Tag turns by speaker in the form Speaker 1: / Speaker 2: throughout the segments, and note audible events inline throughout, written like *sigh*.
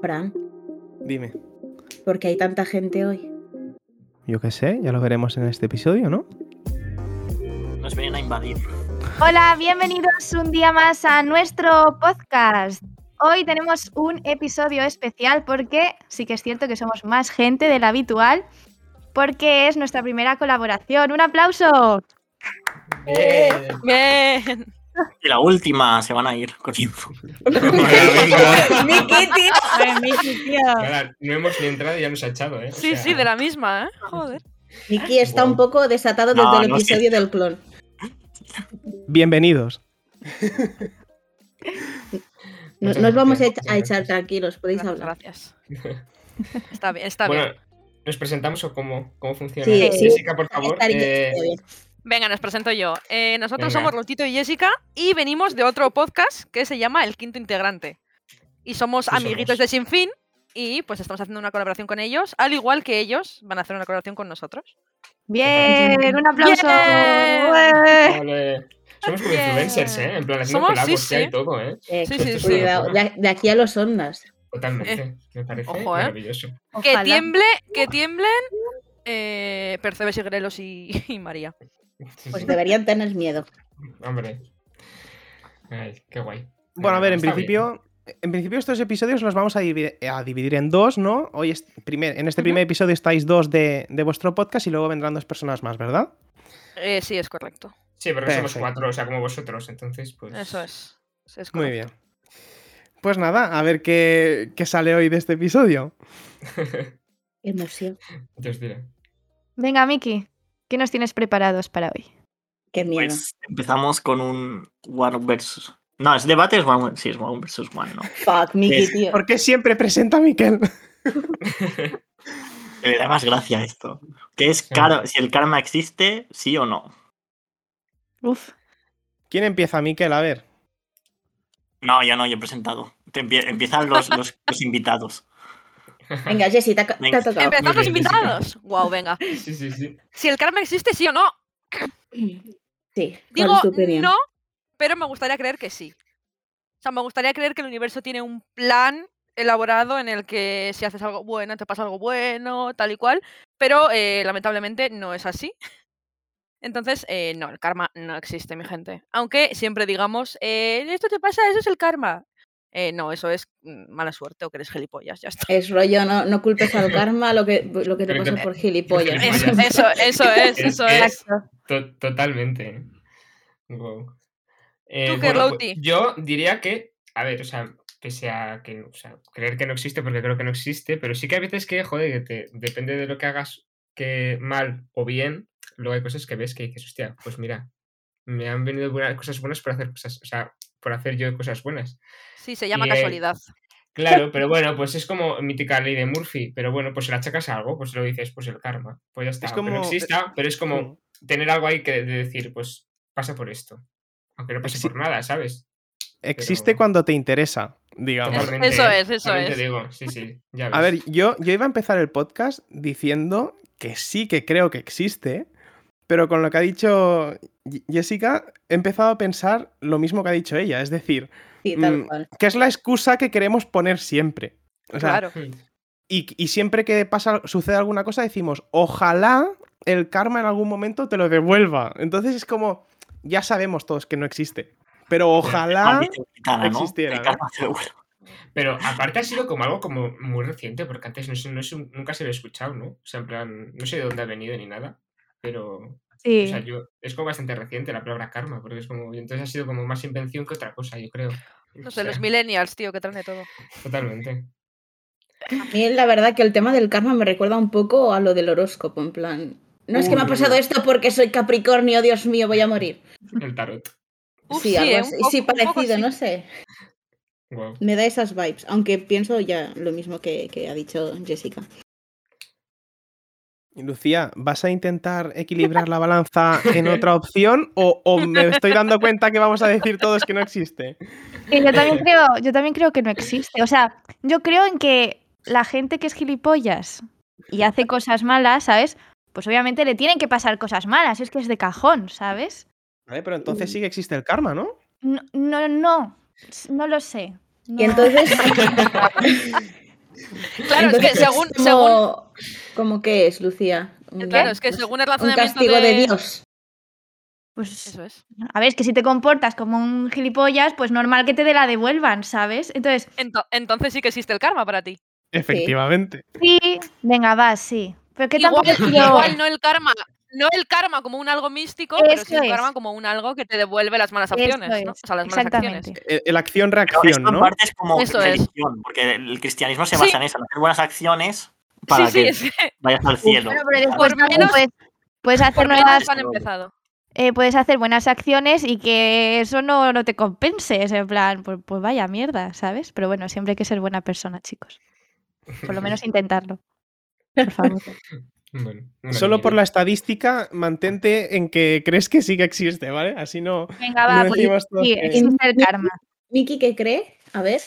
Speaker 1: Fran,
Speaker 2: Dime.
Speaker 1: ¿por qué hay tanta gente hoy?
Speaker 2: Yo qué sé, ya lo veremos en este episodio, ¿no?
Speaker 3: Nos vienen a invadir.
Speaker 4: Hola, bienvenidos un día más a nuestro podcast. Hoy tenemos un episodio especial porque sí que es cierto que somos más gente de la habitual, porque es nuestra primera colaboración. ¡Un aplauso!
Speaker 5: Bien.
Speaker 3: Y la última, se van a ir con info.
Speaker 6: *laughs*
Speaker 5: *laughs*
Speaker 7: Miki, tío.
Speaker 5: Ay, Miki, tío.
Speaker 6: Nada, no hemos ni entrado y ya nos ha echado, ¿eh? O
Speaker 5: Sí,
Speaker 6: sea,
Speaker 5: sí, de la misma, ¿eh? Joder.
Speaker 1: Miki está
Speaker 6: Wow.
Speaker 1: un poco desatado desde
Speaker 3: No,
Speaker 1: el
Speaker 3: no es
Speaker 1: episodio del clon.
Speaker 2: Bienvenidos.
Speaker 1: No-
Speaker 6: Muchas
Speaker 1: Nos vamos a, echa-
Speaker 6: gracias, muchas
Speaker 1: a echar
Speaker 6: gracias.
Speaker 1: tranquilos, podéis
Speaker 5: Gracias,
Speaker 1: hablar.
Speaker 5: gracias. Está bien, está
Speaker 6: Bueno,
Speaker 5: bien.
Speaker 6: ¿nos presentamos o cómo, cómo funciona?
Speaker 1: Sí,
Speaker 4: sí.
Speaker 6: Jessica, por favor.
Speaker 1: Estaría-
Speaker 6: eh,
Speaker 1: estaría bien.
Speaker 5: Venga, nos presento yo. Eh, nosotros
Speaker 6: Venga.
Speaker 5: somos Lotito y Jessica y venimos de otro podcast que se llama El Quinto Integrante. Y somos
Speaker 6: Sí, somos.
Speaker 5: amiguitos de Sinfín y pues estamos haciendo una colaboración con ellos, al igual que ellos van a hacer una colaboración con nosotros.
Speaker 4: Bien, un aplauso.
Speaker 5: Bien.
Speaker 4: Ué.
Speaker 6: ole. Somos como
Speaker 5: Bien.
Speaker 6: influencers, ¿eh? En plan, haciendo
Speaker 5: Somos-
Speaker 6: colabos
Speaker 5: sí,
Speaker 6: ya
Speaker 5: sí.
Speaker 6: y todo, ¿eh?
Speaker 1: Eh,
Speaker 5: Sí,
Speaker 6: esto
Speaker 5: sí,
Speaker 6: es
Speaker 5: sí.
Speaker 6: una-
Speaker 1: Cuidado, de, de aquí a los ondas.
Speaker 6: Totalmente. Me parece
Speaker 5: Ojo, ¿eh?
Speaker 6: maravilloso.
Speaker 5: Que
Speaker 4: Ojalá.
Speaker 5: tiemble, que tiemblen eh, Percebes y Grelos y, *laughs* y María.
Speaker 6: Sí,
Speaker 1: Pues
Speaker 6: *laughs* sí.
Speaker 1: deberían tener miedo.
Speaker 6: Hombre. Ay, qué guay.
Speaker 2: Bueno, a ver, en
Speaker 6: Está
Speaker 2: principio, en principio estos episodios los vamos a dividir, a dividir en dos, ¿no? Hoy es primer, en este primer episodio estáis dos de, de vuestro podcast y luego vendrán dos personas más, ¿verdad?
Speaker 5: Eh, sí, es correcto.
Speaker 6: bien. Sí, porque somos
Speaker 2: Perfecto.
Speaker 6: cuatro, o sea, como vosotros, entonces, pues.
Speaker 5: Eso es. es
Speaker 2: Muy bien.
Speaker 5: correcto.
Speaker 2: Pues nada, a ver qué, qué sale hoy de este episodio.
Speaker 1: Qué Emoción.
Speaker 6: Yo os diré. *laughs*
Speaker 4: Venga, Miki, ¿qué nos tienes preparados para hoy?
Speaker 1: Qué miedo.
Speaker 3: Pues empezamos con un One versus. No, es debate, es One, sí, es one versus One, ¿no?
Speaker 1: Fuck, Miki,
Speaker 3: Es-
Speaker 1: tío.
Speaker 2: ¿Por qué siempre presenta a Miquel? *laughs*
Speaker 3: Que Le da más gracia a esto. Que es caro, si el karma existe, sí o no.
Speaker 4: Uf,
Speaker 2: ¿Quién empieza, Miquel? A ver.
Speaker 3: No, yo no, yo he presentado. Te empie- empiezan los,
Speaker 2: *laughs*
Speaker 3: los, los invitados.
Speaker 1: Venga, Jessy, te ha, te ha
Speaker 3: Venga.
Speaker 1: tocado.
Speaker 5: Empezamos
Speaker 6: Muy bien, Jessica.
Speaker 5: invitados. Wow, venga.
Speaker 6: Sí, sí, sí.
Speaker 5: Si el karma existe, sí o no.
Speaker 1: Sí, ¿cuál
Speaker 5: Digo
Speaker 1: es tu opinión?
Speaker 5: no, pero me gustaría creer que sí. O sea, me gustaría creer que el universo tiene un plan elaborado en el que si haces algo bueno, te pasa algo bueno, tal y cual, pero eh, lamentablemente no es así. Entonces, eh, no, el karma no existe, mi gente. Aunque siempre digamos, eh, esto te pasa, eso es el karma. Eh, no, eso es mm, mala suerte o que eres gilipollas, ya está.
Speaker 1: Es rollo, no, no culpes al karma lo que, lo que te
Speaker 6: Pero
Speaker 1: pasa
Speaker 6: que-
Speaker 1: por gilipollas. *laughs*
Speaker 6: que-
Speaker 5: Eso, eso, eso es,
Speaker 6: Es-
Speaker 5: eso es.
Speaker 6: To- totalmente. Wow. Eh,
Speaker 5: ¿Tú qué,
Speaker 6: bueno,
Speaker 5: Lauti?
Speaker 6: pues, yo diría que, a ver, o sea, pese a que, no- o sea, creer que no existe porque creo que no existe, pero sí que a veces que, joder, que te- depende de lo que hagas que mal o bien, luego hay cosas que ves que dices, hostia, pues mira, me han venido buena- cosas buenas por hacer cosas, o sea, por hacer yo cosas buenas.
Speaker 5: Sí, se llama
Speaker 6: y, eh,
Speaker 5: casualidad.
Speaker 6: Claro,
Speaker 5: *laughs*
Speaker 6: pero bueno, pues es como mítica ley de Murphy, pero bueno, pues se la achacas a algo, pues lo dices, pues el karma, pues ya está, aunque
Speaker 5: eh,
Speaker 6: no
Speaker 2: como-
Speaker 6: exista, pero es como, tener algo ahí que de decir, pues pasa por esto. Aunque no pase
Speaker 2: Exi-
Speaker 6: por nada, ¿sabes?
Speaker 2: Existe
Speaker 6: Pero-
Speaker 2: cuando te interesa, digamos.
Speaker 6: Totalmente,
Speaker 5: eso
Speaker 6: ¿eh?
Speaker 5: es, eso
Speaker 6: También
Speaker 5: es.
Speaker 6: Te digo, sí, sí. Ya ves.
Speaker 2: A ver, yo, yo iba a empezar el podcast diciendo que sí que creo que existe, pero con lo que ha dicho Ye- Jessica he empezado a pensar lo mismo que ha dicho ella, es decir,
Speaker 1: Sí, tal
Speaker 2: mm,
Speaker 1: cual.
Speaker 2: que es la excusa que queremos poner siempre. O sea,
Speaker 5: Claro.
Speaker 6: Hmm.
Speaker 2: y, y siempre que pasa, sucede alguna cosa decimos, ojalá el karma en algún momento te lo devuelva. Entonces es como, ya sabemos todos que no existe, pero ojalá...
Speaker 3: Maldita gitana, ¿no?
Speaker 2: Ah, existiera,
Speaker 3: El
Speaker 2: ¿no?
Speaker 3: karma seguro.
Speaker 6: Pero aparte ha sido como algo como muy reciente, porque antes no, sé- no sé- nunca se había escuchado, ¿no? O sea, en plan, no sé de dónde ha venido ni nada, pero... O
Speaker 4: sí.
Speaker 6: sea, yo, es como bastante reciente la palabra karma, porque es como... y entonces ha sido como más invención que otra cosa, yo creo.
Speaker 5: No
Speaker 6: O
Speaker 5: sé, los
Speaker 6: sea,
Speaker 5: millennials, tío, que traen de todo.
Speaker 6: Totalmente.
Speaker 1: A mí la verdad que el tema del karma me recuerda un poco a lo del horóscopo, en plan... No es que me ha
Speaker 6: Uy.
Speaker 1: pasado esto porque soy Capricornio, Dios mío, voy a morir.
Speaker 6: El tarot.
Speaker 5: Uf,
Speaker 1: sí,
Speaker 5: sí,
Speaker 1: algo
Speaker 5: eh, un
Speaker 1: así-
Speaker 5: poco-
Speaker 1: sí,
Speaker 5: un poco
Speaker 1: parecido,
Speaker 5: sí.
Speaker 1: no sé.
Speaker 6: Wow.
Speaker 1: Me da esas vibes, aunque pienso ya lo mismo que, que ha dicho Jessica.
Speaker 2: Lucía, ¿vas a intentar equilibrar la balanza en otra opción o, o me estoy dando cuenta que vamos a decir todos que no existe?
Speaker 4: Que yo también creo, yo también creo que no existe. O sea, yo creo en que la gente que es gilipollas y hace cosas malas, ¿sabes? Pues obviamente le tienen que pasar cosas malas, es que es de cajón, ¿sabes?
Speaker 2: Vale, pero entonces sí que existe el karma, ¿no?
Speaker 4: No, no, no, s- no lo sé.
Speaker 5: *laughs*
Speaker 1: Y entonces...
Speaker 5: Claro, es que
Speaker 1: *laughs* Entonces,
Speaker 5: según,
Speaker 1: ¿cómo-
Speaker 5: según, eh,
Speaker 1: ¿Cómo que es, Lucía? Un- pues,
Speaker 5: claro, es que según el
Speaker 1: Un
Speaker 5: razonamiento
Speaker 1: castigo de Dios.
Speaker 4: *laughs* Pues,
Speaker 5: Eso es.
Speaker 4: a ver, es que si te comportas como un gilipollas, pues normal que te de la devuelvan, ¿sabes? Entonces,
Speaker 5: Ento- entonces sí que existe el karma para ti.
Speaker 2: Efectivamente.
Speaker 4: sí, venga, va, sí. Pero que
Speaker 5: Igual,
Speaker 4: tampoco quiero- *laughs*
Speaker 5: igual no el karma, no el karma como un algo místico, pero sí
Speaker 4: Eso
Speaker 5: el karma
Speaker 4: es.
Speaker 5: como un algo que te devuelve las malas
Speaker 4: Eso
Speaker 5: acciones, ¿no?
Speaker 4: es,
Speaker 5: O sea, las malas acciones.
Speaker 2: E,
Speaker 4: exactamente.
Speaker 2: El, el
Speaker 3: Claro,
Speaker 2: acción-reacción,
Speaker 3: esto en
Speaker 2: ¿no?
Speaker 3: parte es como
Speaker 5: Eso es.
Speaker 3: religión, porque el cristianismo se
Speaker 5: Sí.
Speaker 3: basa en eso, en hacer buenas acciones para
Speaker 5: sí, sí,
Speaker 3: que
Speaker 5: es que
Speaker 3: vayas al cielo.
Speaker 4: Bueno, pero después
Speaker 5: Por
Speaker 4: Pues también
Speaker 5: menos-
Speaker 4: puedes, puedes hacer
Speaker 5: por lo
Speaker 4: nuevas,
Speaker 5: menos han empezado.
Speaker 4: eh, puedes hacer buenas acciones y que eso no, no te compenses. En plan, pues, pues vaya mierda, ¿sabes? Pero bueno, siempre hay que ser buena persona, chicos. Por lo menos intentarlo. Por favor.
Speaker 6: Bueno, una
Speaker 2: Solo
Speaker 6: mierda.
Speaker 2: por la estadística, mantente en que crees que sí que existe, ¿vale? Así no,
Speaker 4: Venga,
Speaker 2: no
Speaker 4: va, pues
Speaker 2: decimos todos
Speaker 4: sí,
Speaker 2: que-
Speaker 4: existe el karma.
Speaker 1: ¿Miki qué cree? A ver.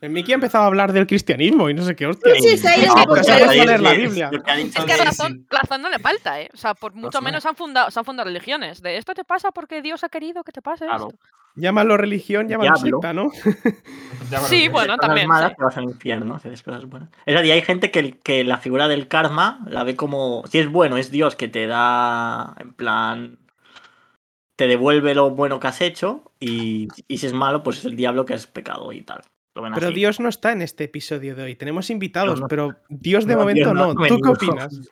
Speaker 2: El Mickey ha empezado a hablar del cristianismo y no sé qué, hostia.
Speaker 1: Sí, se ha ido
Speaker 2: No,
Speaker 1: por
Speaker 3: pues
Speaker 2: pero
Speaker 1: otro
Speaker 2: sabes
Speaker 1: lado.
Speaker 2: cuál es la Biblia.
Speaker 3: Lo que ha dicho
Speaker 5: Es que
Speaker 3: de-
Speaker 5: razón, razón no le falta, ¿eh? O sea, por mucho
Speaker 3: Razón.
Speaker 5: menos han fundado, se han fundado religiones. De esto te pasa porque Dios ha querido que te pase
Speaker 3: Claro.
Speaker 5: esto.
Speaker 2: Llámalo religión, llámalo
Speaker 3: Diablo.
Speaker 2: secta, ¿no?
Speaker 6: Ya,
Speaker 5: Sí,
Speaker 6: pero-
Speaker 5: bueno,
Speaker 3: cosas
Speaker 5: también,
Speaker 3: malas
Speaker 5: sí.
Speaker 3: te vas al infierno, si haces cosas buenas. Es decir, hay gente que, el- que la figura del karma la ve como, si es bueno, es Dios que te da, en plan, te devuelve lo bueno que has hecho y, y si es malo, pues es el diablo que has pecado y tal. Lo ven
Speaker 2: Pero
Speaker 3: así.
Speaker 2: Dios no está en este episodio de hoy. Tenemos invitados,
Speaker 3: Dios no-
Speaker 2: pero Dios de
Speaker 3: No,
Speaker 2: momento
Speaker 3: Dios no
Speaker 2: no.
Speaker 3: ha
Speaker 2: ¿Tú qué
Speaker 3: venido.
Speaker 2: opinas?
Speaker 1: Dios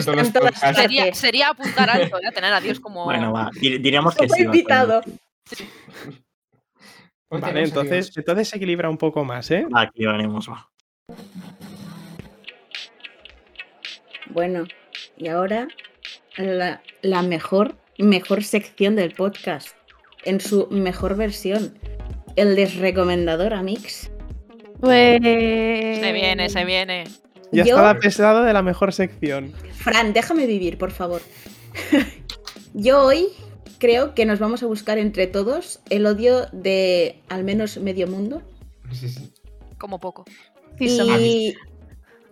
Speaker 1: está
Speaker 6: son
Speaker 1: en
Speaker 6: todos los
Speaker 1: todas
Speaker 6: podcasts.
Speaker 1: partes.
Speaker 5: Sería, sería apuntar alto, ¿eh? Tener a Dios como...
Speaker 3: Bueno, va, di- diríamos que
Speaker 1: Como
Speaker 3: sí. va,
Speaker 1: invitado.
Speaker 6: Hoy
Speaker 2: Vale,
Speaker 6: tenemos a
Speaker 2: entonces,
Speaker 6: Dios.
Speaker 2: entonces se equilibra un poco más, ¿eh?
Speaker 3: pero- Va, aquí veremos, va.
Speaker 1: Bueno, y ahora la, la mejor, mejor sección del podcast, en su mejor versión, el desrecomendador a Mix.
Speaker 4: Pues.
Speaker 5: Se viene, se viene.
Speaker 2: Ya
Speaker 1: Yo-
Speaker 2: estaba pesado de la mejor sección.
Speaker 1: Fran, déjame vivir, por favor. *laughs* Yo hoy creo que nos vamos a buscar entre todos el odio de al menos medio mundo.
Speaker 6: Sí, sí.
Speaker 5: Como poco.
Speaker 4: Sí, somos.
Speaker 1: Y,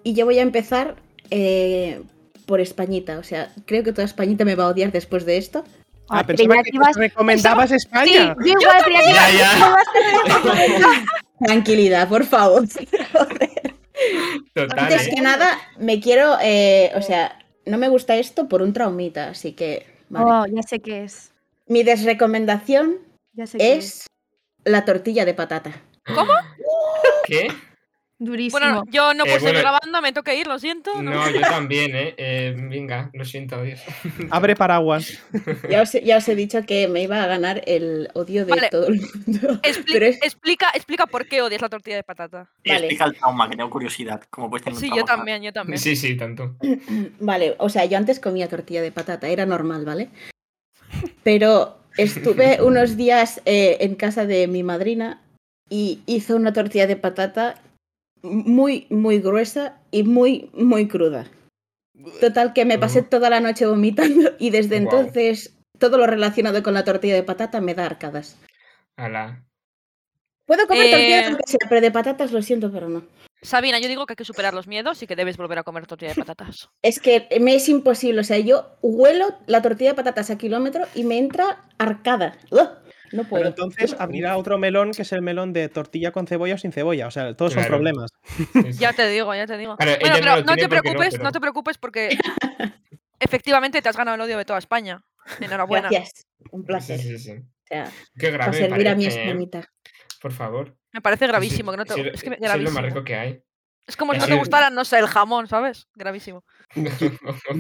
Speaker 1: y yo voy a empezar eh, por Españita. O sea, creo que toda Españita me va a odiar después de esto.
Speaker 2: Ah,
Speaker 4: Ah,
Speaker 2: pensaba
Speaker 4: creía
Speaker 2: que
Speaker 4: que ibas-
Speaker 2: recomendabas
Speaker 4: Sí,
Speaker 2: España.
Speaker 4: yo igual creía que
Speaker 6: Ya,
Speaker 4: ibas-
Speaker 6: ya.
Speaker 1: Tranquilidad, por favor. *laughs*
Speaker 6: Total.
Speaker 1: Antes
Speaker 6: ¿eh?
Speaker 1: que nada, me quiero. eh, o sea, no me gusta esto por un traumita, así que. vale.
Speaker 4: Oh, ya sé qué es.
Speaker 1: Mi desrecomendación
Speaker 4: Ya sé qué es.
Speaker 1: es la tortilla de patata.
Speaker 5: ¿Cómo?
Speaker 6: ¿Qué?
Speaker 4: Durísimo.
Speaker 5: Bueno, yo no
Speaker 6: Eh,
Speaker 5: puedo seguir
Speaker 6: bueno.
Speaker 5: grabando, me tengo que ir, lo siento. no-
Speaker 2: *laughs*
Speaker 6: No, yo también, ¿eh? Eh, Venga, lo siento, Dios.
Speaker 2: Abre paraguas.
Speaker 1: Ya os, ya os he dicho que me iba a ganar el odio de
Speaker 5: Vale.
Speaker 1: todo el mundo.
Speaker 5: Expli-
Speaker 1: Pero es-
Speaker 5: explica, explica por qué odias la tortilla de patata.
Speaker 3: Y
Speaker 1: Vale.
Speaker 3: Explica el trauma, que tengo curiosidad. Como puedes tener un
Speaker 5: Sí, yo
Speaker 3: trauma.
Speaker 5: también, yo también.
Speaker 6: Sí, sí, tanto.
Speaker 1: *clears throat* Vale, o sea, yo antes comía tortilla de patata, era normal, ¿vale? Pero
Speaker 6: *laughs*
Speaker 1: estuve unos días eh, en casa de mi madrina y hizo una tortilla de patata muy, muy gruesa y muy, muy cruda. Total, que me pasé
Speaker 6: Ujú.
Speaker 1: toda la noche vomitando y desde
Speaker 6: Guau.
Speaker 1: entonces todo lo relacionado con la tortilla de patata me da arcadas.
Speaker 6: Ala.
Speaker 1: Puedo comer
Speaker 5: Eh,
Speaker 1: tortillas aunque sea, pero de patatas lo siento, pero no.
Speaker 5: Sabina, yo digo que hay que superar los miedos y que debes volver a comer tortilla de patatas.
Speaker 1: Es que me es imposible, o sea, yo huelo la tortilla de patatas a kilómetro y me entra arcada. ¡Ugh! No
Speaker 4: Pues-
Speaker 2: Pero
Speaker 1: puedo.
Speaker 2: entonces abrirá otro melón que es el melón de tortilla con cebolla o sin cebolla. O sea, todos son
Speaker 6: Claro.
Speaker 2: problemas.
Speaker 6: Sí, sí.
Speaker 5: Ya te digo, ya te digo.
Speaker 6: Claro,
Speaker 5: bueno,
Speaker 6: ella no
Speaker 5: pero
Speaker 6: lo
Speaker 5: no, te
Speaker 6: tiene porque no,
Speaker 5: preocupes, no,
Speaker 6: pero-
Speaker 5: te preocupes porque efectivamente te has ganado el odio de toda España. Enhorabuena.
Speaker 1: Gracias, un placer.
Speaker 6: Sí, sí, sí.
Speaker 1: O sea,
Speaker 6: Qué grave.
Speaker 1: para servir a mi
Speaker 6: parece, ¿eh?
Speaker 1: españita.
Speaker 6: Por favor.
Speaker 5: Me parece gravísimo.
Speaker 6: Sí,
Speaker 5: que no te-
Speaker 6: sí,
Speaker 5: es, que me-
Speaker 6: sí, es lo más
Speaker 5: gravísimo.
Speaker 6: rico
Speaker 2: *laughs*
Speaker 6: que hay. *laughs*
Speaker 5: Es como si
Speaker 6: Es
Speaker 5: no te
Speaker 6: el-
Speaker 5: gustara, no sé, el jamón, ¿sabes? Gravísimo.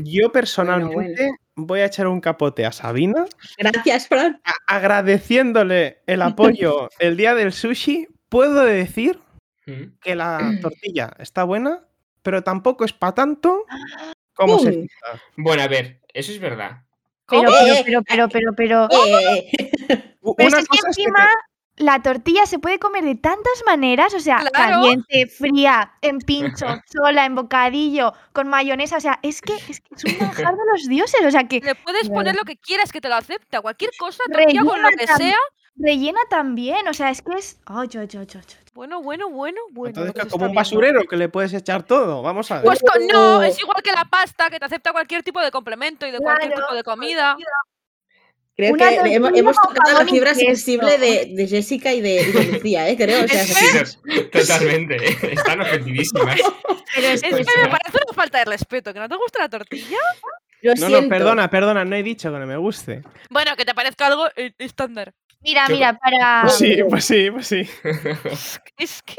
Speaker 2: Yo personalmente voy a echar un capote a Sabina
Speaker 1: Gracias, Fran.
Speaker 2: a- agradeciéndole el
Speaker 4: *laughs*
Speaker 2: apoyo el día del sushi. Puedo decir
Speaker 6: Mm.
Speaker 2: que
Speaker 4: *clears throat*
Speaker 2: la tortilla está buena, pero tampoco es para tanto como se
Speaker 1: ¡Pum!
Speaker 2: pinta.
Speaker 6: Bueno, a ver, eso es verdad.
Speaker 4: Pero,
Speaker 5: ¿Cómo?
Speaker 1: Eh,
Speaker 4: pero, pero, pero, pero, pero.
Speaker 1: Eh,
Speaker 2: U-
Speaker 4: Pero
Speaker 2: una
Speaker 4: si es que
Speaker 2: cosa es que te-
Speaker 4: encima la tortilla se puede comer de tantas maneras, o sea,
Speaker 5: Claro.
Speaker 4: caliente, fría, en pincho,
Speaker 2: *laughs*
Speaker 4: sola, en bocadillo, con mayonesa, o sea, es que es, que es un manjar de los dioses, o sea, que
Speaker 5: Le puedes
Speaker 4: Vale.
Speaker 5: poner lo que quieras que te lo acepta, cualquier cosa, tortilla con lo
Speaker 4: Rellena
Speaker 5: que
Speaker 4: también.
Speaker 5: sea.
Speaker 4: rellena también, o sea, es que es... Ay, yo, yo, yo, yo.
Speaker 5: Bueno, bueno, bueno, bueno.
Speaker 2: Entonces,
Speaker 5: lo que se
Speaker 2: es como
Speaker 5: está
Speaker 2: un
Speaker 5: viendo.
Speaker 2: basurero que le puedes echar todo. Vamos a ver.
Speaker 5: Pues con- no,
Speaker 1: Uh.
Speaker 5: es igual que la pasta, que te acepta cualquier tipo de complemento y de cualquier
Speaker 4: Claro,
Speaker 5: tipo de comida.
Speaker 1: Creo
Speaker 4: Una
Speaker 1: que le- hemo-
Speaker 4: tortilla
Speaker 1: hemos
Speaker 4: con
Speaker 1: tocado la
Speaker 4: jamón y
Speaker 1: fibra
Speaker 4: queso.
Speaker 1: sensible de, de Jessica y de, y de Lucía, ¿eh? Creo. O sea,
Speaker 5: Es
Speaker 6: Sí,
Speaker 1: sí.
Speaker 5: que-
Speaker 6: to-
Speaker 2: *laughs*
Speaker 6: totalmente. ¿eh? Están ofendidísimas.
Speaker 4: Pero es
Speaker 5: Es
Speaker 4: que-
Speaker 5: que me parece una falta de respeto, que no te gusta la tortilla.
Speaker 1: Lo
Speaker 2: No,
Speaker 1: siento.
Speaker 2: no, perdona, perdona, no he dicho que no me guste.
Speaker 5: Bueno, que te parezca algo eh, estándar.
Speaker 4: mira,
Speaker 6: Yo-
Speaker 4: mira, para.
Speaker 2: Pues sí, pues sí, pues sí.
Speaker 5: Es que.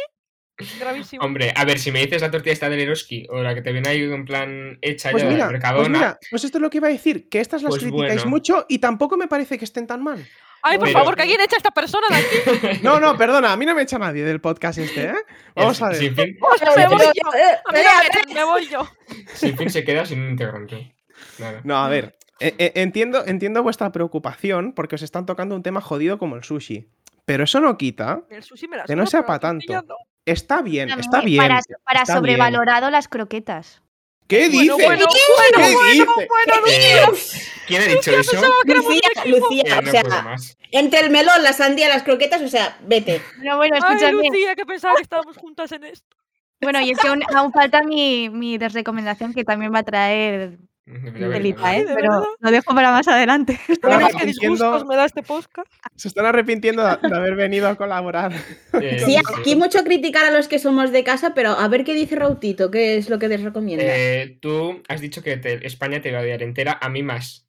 Speaker 5: Gravísimo.
Speaker 6: Hombre, a ver, si me dices la tortilla esta del Eroski o la que te viene ahí en plan hecha
Speaker 2: Pues
Speaker 6: ya
Speaker 2: mira, pues
Speaker 6: de Mercadona.
Speaker 2: mira, pues esto es lo que iba a decir, que estas las
Speaker 6: Pues
Speaker 2: criticáis
Speaker 6: bueno.
Speaker 2: mucho y tampoco me parece que estén tan mal.
Speaker 5: Ay, por
Speaker 6: Pero-
Speaker 5: favor, que alguien echa a esta persona de aquí.
Speaker 2: No,
Speaker 6: *laughs*
Speaker 2: no, perdona, a mí no me echa nadie del podcast este, ¿eh? Vamos a
Speaker 6: El
Speaker 2: ver.
Speaker 6: Sin fin,
Speaker 5: O sea, me
Speaker 1: Pero-
Speaker 5: voy yo.
Speaker 1: eh,
Speaker 5: A mí no
Speaker 1: espera,
Speaker 5: me echan, me voy yo.
Speaker 6: sin fin se queda sin un integrante. Nada.
Speaker 2: No, a ver, e- e- entiendo, entiendo vuestra preocupación porque os están tocando un tema jodido como el sushi, pero eso no quita.
Speaker 5: El sushi me la
Speaker 2: Que no
Speaker 5: suda,
Speaker 2: sea pa'
Speaker 5: pero la tortilla
Speaker 2: tanto.
Speaker 5: no.
Speaker 2: Está bien,
Speaker 4: Para-
Speaker 2: está bien.
Speaker 4: Para, para
Speaker 2: está bien.
Speaker 4: sobrevalorado las croquetas.
Speaker 2: ¿Qué
Speaker 5: Bueno,
Speaker 2: dices?
Speaker 5: bueno,
Speaker 2: ¿Qué
Speaker 5: bueno, bueno,
Speaker 2: dices?
Speaker 5: bueno,
Speaker 6: Eh, ¿Quién ha dicho
Speaker 5: Yo
Speaker 6: eso?
Speaker 5: pensaba que era muy
Speaker 1: Lucía, Lucía,
Speaker 6: Eh,
Speaker 1: o
Speaker 6: no
Speaker 1: sea,
Speaker 6: puedo más.
Speaker 1: entre el melón, la sandía, las croquetas, o sea, vete.
Speaker 4: Bueno, bueno,
Speaker 5: Ay,
Speaker 4: Pues escúchame.
Speaker 5: Lucía, que pensaba que estábamos juntas en esto.
Speaker 4: Bueno, y es que aún, aún falta mi, mi desrecomendación que también va a traer
Speaker 6: Ya veremos.
Speaker 4: Delita, ¿eh?
Speaker 5: ¿de
Speaker 4: Pero
Speaker 5: verdad?
Speaker 4: lo dejo para más adelante.
Speaker 5: Bueno,
Speaker 2: Ahora
Speaker 5: qué
Speaker 2: entiendo-
Speaker 5: disgustos me da este podcast.
Speaker 2: Se están arrepintiendo de de haber venido a colaborar.
Speaker 6: Eh,
Speaker 1: Sí, aquí mucho criticar a los que somos de casa, pero a ver qué dice Rautito, qué es lo que les recomienda.
Speaker 6: Eh, tú has dicho que te- España te va a odiar entera, a mí más.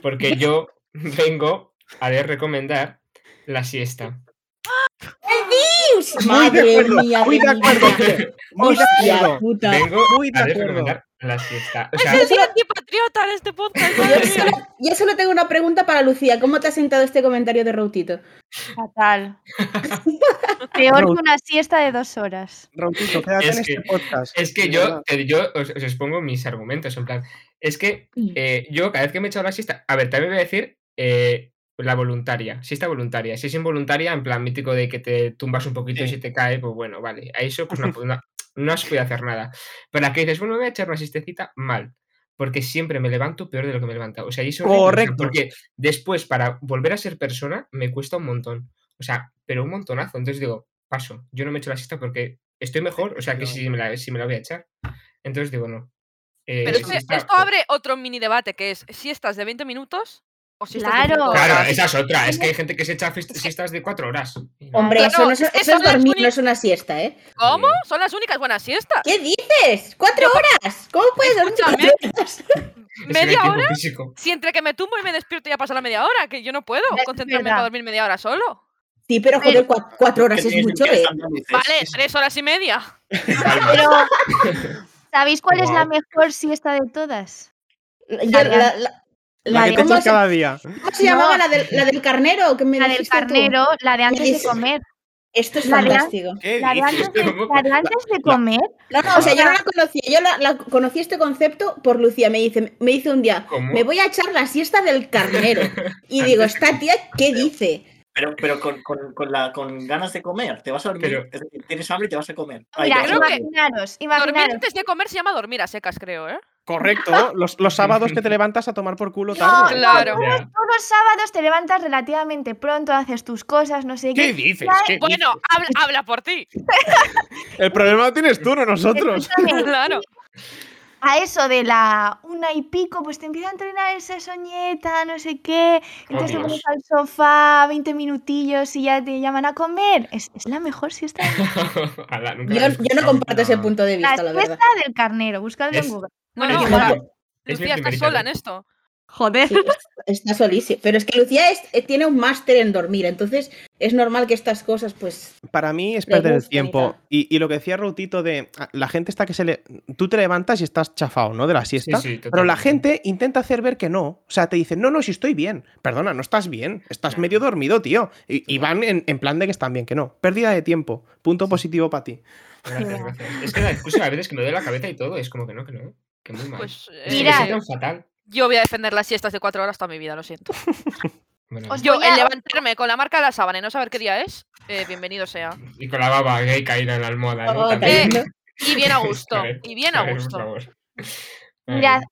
Speaker 6: Porque yo vengo a de recomendar la siesta.
Speaker 2: Muy de
Speaker 1: Madre
Speaker 2: acuerdo,
Speaker 1: mía,
Speaker 2: muy de
Speaker 1: de mi
Speaker 2: acuerdo.
Speaker 1: vida.
Speaker 2: Muy de
Speaker 1: Hostia
Speaker 2: acuerdo.
Speaker 1: puta.
Speaker 6: Vengo
Speaker 2: Muy de
Speaker 6: a de
Speaker 2: acuerdo.
Speaker 6: recomendar la siesta. O sea,
Speaker 5: Es el
Speaker 1: solo-
Speaker 5: antipatriota en este podcast.
Speaker 1: Yo
Speaker 5: madre mía.
Speaker 1: solo, yo solo tengo una pregunta para Lucía. ¿Cómo te ha sentado este comentario de Rautito?
Speaker 4: Fatal. Peor que una siesta de dos horas.
Speaker 2: Rautito, quédate
Speaker 6: Es
Speaker 2: en
Speaker 6: que-
Speaker 2: este podcast.
Speaker 6: es que
Speaker 2: de
Speaker 6: yo,
Speaker 2: verdad.
Speaker 6: eh, yo os, os expongo mis argumentos. En plan, es que eh, yo cada vez que me he echado la siesta, a ver, también voy a decir eh, la voluntaria, siesta voluntaria. Si es involuntaria, en plan mítico de que te tumbas un poquito y
Speaker 2: Sí.
Speaker 6: se te cae, pues bueno, vale. A eso
Speaker 5: *laughs*
Speaker 6: pues no, no- no has podido hacer nada. Pero la que dices, bueno, me voy a echar una siestecita, mal. Porque siempre me levanto peor de lo que me levanta. O sea, y eso
Speaker 2: Correcto.
Speaker 6: Porque después, para volver a ser persona, me cuesta un montón. O sea, pero un montonazo. Entonces digo, paso. Yo no me echo la siesta porque estoy mejor. O sea, que si me la, si me la voy a echar. Entonces digo, no. Eh,
Speaker 5: Pero este-
Speaker 6: siesta,
Speaker 5: esto
Speaker 6: o-
Speaker 5: abre otro mini debate que es siestas de 20 minutos o siestas de
Speaker 4: Claro.
Speaker 5: cinco horas.
Speaker 6: Claro, esa es otra. Es que hay gente que se echa fiest- siestas de cuatro horas. Y no.
Speaker 1: Hombre,
Speaker 5: Claro,
Speaker 1: eso, no es,
Speaker 5: es que
Speaker 1: eso es
Speaker 5: son las
Speaker 1: dormir,
Speaker 5: uni-
Speaker 1: no es una siesta, ¿eh?
Speaker 5: ¿Cómo? Son las únicas buenas siestas.
Speaker 1: ¿Qué dices? ¡Cuatro horas! ¿Cómo puedes dormir
Speaker 5: Escúchame.
Speaker 1: cuatro horas?
Speaker 6: *laughs* Es que no hay
Speaker 5: ¿Media
Speaker 6: tiempo
Speaker 5: hora?
Speaker 6: físico.
Speaker 5: Si entre que me tumbo y me despierto ya pasa la media hora, que yo no puedo
Speaker 4: Es
Speaker 5: concentrarme
Speaker 4: verdad.
Speaker 5: para dormir media hora solo.
Speaker 1: Sí, pero joder, cua- cuatro, horas
Speaker 3: Que
Speaker 1: es
Speaker 3: tienes
Speaker 1: mucho,
Speaker 3: que
Speaker 1: ¿eh?
Speaker 3: estar dando luces.
Speaker 5: Vale,
Speaker 3: Es-
Speaker 5: tres horas y media. *laughs*
Speaker 6: Calma.
Speaker 4: Pero, ¿sabéis cuál es la
Speaker 6: Guau.
Speaker 4: mejor siesta de todas?
Speaker 1: Yo- la- la-
Speaker 2: La
Speaker 1: la-
Speaker 2: que te
Speaker 1: ¿Cómo
Speaker 2: echas
Speaker 1: se,
Speaker 2: cada día.
Speaker 1: cómo se llamaba
Speaker 4: No.
Speaker 1: la del, la del carnero? Que me
Speaker 4: La del
Speaker 1: dijiste tú?
Speaker 4: carnero, la de antes
Speaker 1: dices?
Speaker 4: de comer.
Speaker 1: Esto es
Speaker 4: La de-
Speaker 1: fantástico.
Speaker 2: ¿Qué
Speaker 4: La de
Speaker 2: dices?
Speaker 4: antes de, la de antes de comer.
Speaker 1: No, no, o sea, yo no la conocía. Yo la, la conocí este concepto por Lucía. Me dice, me dice un día,
Speaker 6: ¿Cómo?
Speaker 1: me voy a echar la siesta del carnero. Y digo, esta tía, ¿qué dice?
Speaker 3: Pero, pero con, con, con, la, con ganas de comer, te vas a dormir.
Speaker 6: Pero-
Speaker 3: es decir, tienes hambre y te vas a comer. Ay, te vas
Speaker 4: Mira,
Speaker 3: a
Speaker 5: creo que-
Speaker 3: dormir.
Speaker 4: imaginaros,
Speaker 5: Dormir
Speaker 4: imaginaros.
Speaker 5: antes de comer se llama dormir a secas, creo, ¿eh?
Speaker 2: Correcto, los, los sábados que te levantas a tomar por culo tarde.
Speaker 5: Claro.
Speaker 6: Ya.
Speaker 4: Todos los sábados te levantas relativamente pronto, haces tus cosas, no sé
Speaker 6: ¿Qué
Speaker 4: qué.
Speaker 6: dices? ¿Qué
Speaker 5: Bueno, habla, habla por
Speaker 4: *laughs*
Speaker 5: ti.
Speaker 2: El problema lo tienes tú, no nosotros.
Speaker 4: Escúchame,
Speaker 5: Claro.
Speaker 4: a eso de la una y pico, pues te empieza a entrenar esa soñeta, no sé qué. Entonces te
Speaker 6: Dios.
Speaker 4: pones al sofá 20 minutillos y ya te llaman a comer. Es, es la mejor siesta. de-
Speaker 6: dices? *laughs* Ala, nunca
Speaker 1: Yo, yo no
Speaker 6: lo había escuchado,
Speaker 1: comparto ese
Speaker 6: pero-
Speaker 1: punto de
Speaker 4: La
Speaker 1: vista, la verdad.
Speaker 4: siesta del carnero, buscadlo
Speaker 6: Es-
Speaker 4: en Google.
Speaker 5: Bueno,
Speaker 6: Es mi- es
Speaker 5: igual,
Speaker 6: mi
Speaker 5: Lucía, estás
Speaker 6: primerita
Speaker 5: sola en
Speaker 6: vez.
Speaker 5: esto.
Speaker 4: Joder.
Speaker 1: Sí, es- está solísimo. Pero es que Lucía es- eh, tiene un máster en dormir, entonces es normal que estas cosas, pues.
Speaker 2: Para mí es
Speaker 1: Le
Speaker 2: perder el
Speaker 1: gusta y
Speaker 2: tiempo.
Speaker 1: tal.
Speaker 2: Y, y lo que decía Rautito de ah, la gente está que se le. Tú te levantas y estás chafado, ¿no? De la siesta.
Speaker 6: sí,
Speaker 2: pero la
Speaker 6: totalmente.
Speaker 2: gente intenta hacer ver que no. O sea, te dicen, no, no, si estoy bien. Perdona, no estás bien. Estás
Speaker 6: Claro.
Speaker 2: medio dormido, tío. Y, y van en, en plan de que están bien, que no. Pérdida de tiempo. Punto positivo para ti.
Speaker 6: Gracias,
Speaker 4: Ya.
Speaker 6: gracias. Es que la excusa a veces que me duele la cabeza y todo. Es como que no, que no. Que muy mal.
Speaker 5: Pues
Speaker 6: Es que me
Speaker 5: eh,
Speaker 4: Mirad.
Speaker 6: sientan fatal.
Speaker 5: yo voy a defender las siestas de cuatro horas toda mi vida, lo siento.
Speaker 6: Bueno,
Speaker 4: Os-
Speaker 5: Yo,
Speaker 4: voy
Speaker 5: el
Speaker 4: a-
Speaker 5: levantarme con la marca de la sábana y no saber qué día es, eh, bienvenido sea.
Speaker 6: y con la baba gay caída en la almohada. ¿no?
Speaker 1: oh,
Speaker 6: También.
Speaker 1: cayendo.
Speaker 5: Y bien a gusto.
Speaker 6: ver,
Speaker 5: Y bien a
Speaker 6: ver, por
Speaker 5: eh, gusto.
Speaker 6: favor. Ay,
Speaker 4: Mirad,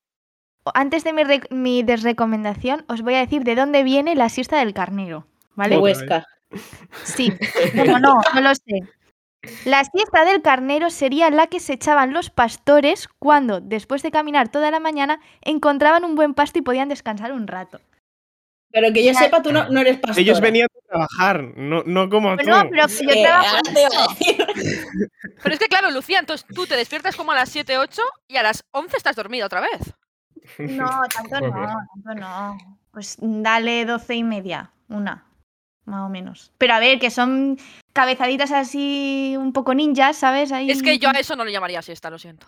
Speaker 4: o- antes de mi, re- mi desrecomendación, os voy a decir de dónde viene la siesta del carnero.
Speaker 1: de
Speaker 4: ¿Vale?
Speaker 2: Otra
Speaker 1: Huesca. *laughs*
Speaker 4: Sí. Bueno, no, no lo sé. La siesta del carnero sería la que se echaban los pastores cuando, después de caminar toda la mañana, encontraban un buen pasto y podían descansar un rato.
Speaker 1: Pero que yo
Speaker 4: Claro.
Speaker 1: sepa, tú no, no eres pastor.
Speaker 2: Ellos venían a trabajar, no, no como
Speaker 1: Pues
Speaker 2: tú.
Speaker 4: Bueno, pero
Speaker 1: Eh,
Speaker 4: que yo
Speaker 1: ah,
Speaker 4: trabajo en esto.
Speaker 5: Pero es que claro, Lucía, entonces tú te despiertas como a las 7, 8 y a las 11 estás dormida otra vez.
Speaker 6: *laughs*
Speaker 4: No, tanto
Speaker 6: Joder.
Speaker 4: no, tanto no. Pues dale doce y media, una, más o menos. Pero a ver, que son cabezaditas así un poco ninjas, ¿sabes? Ahí...
Speaker 5: Es que yo a eso no le llamaría siesta, lo siento.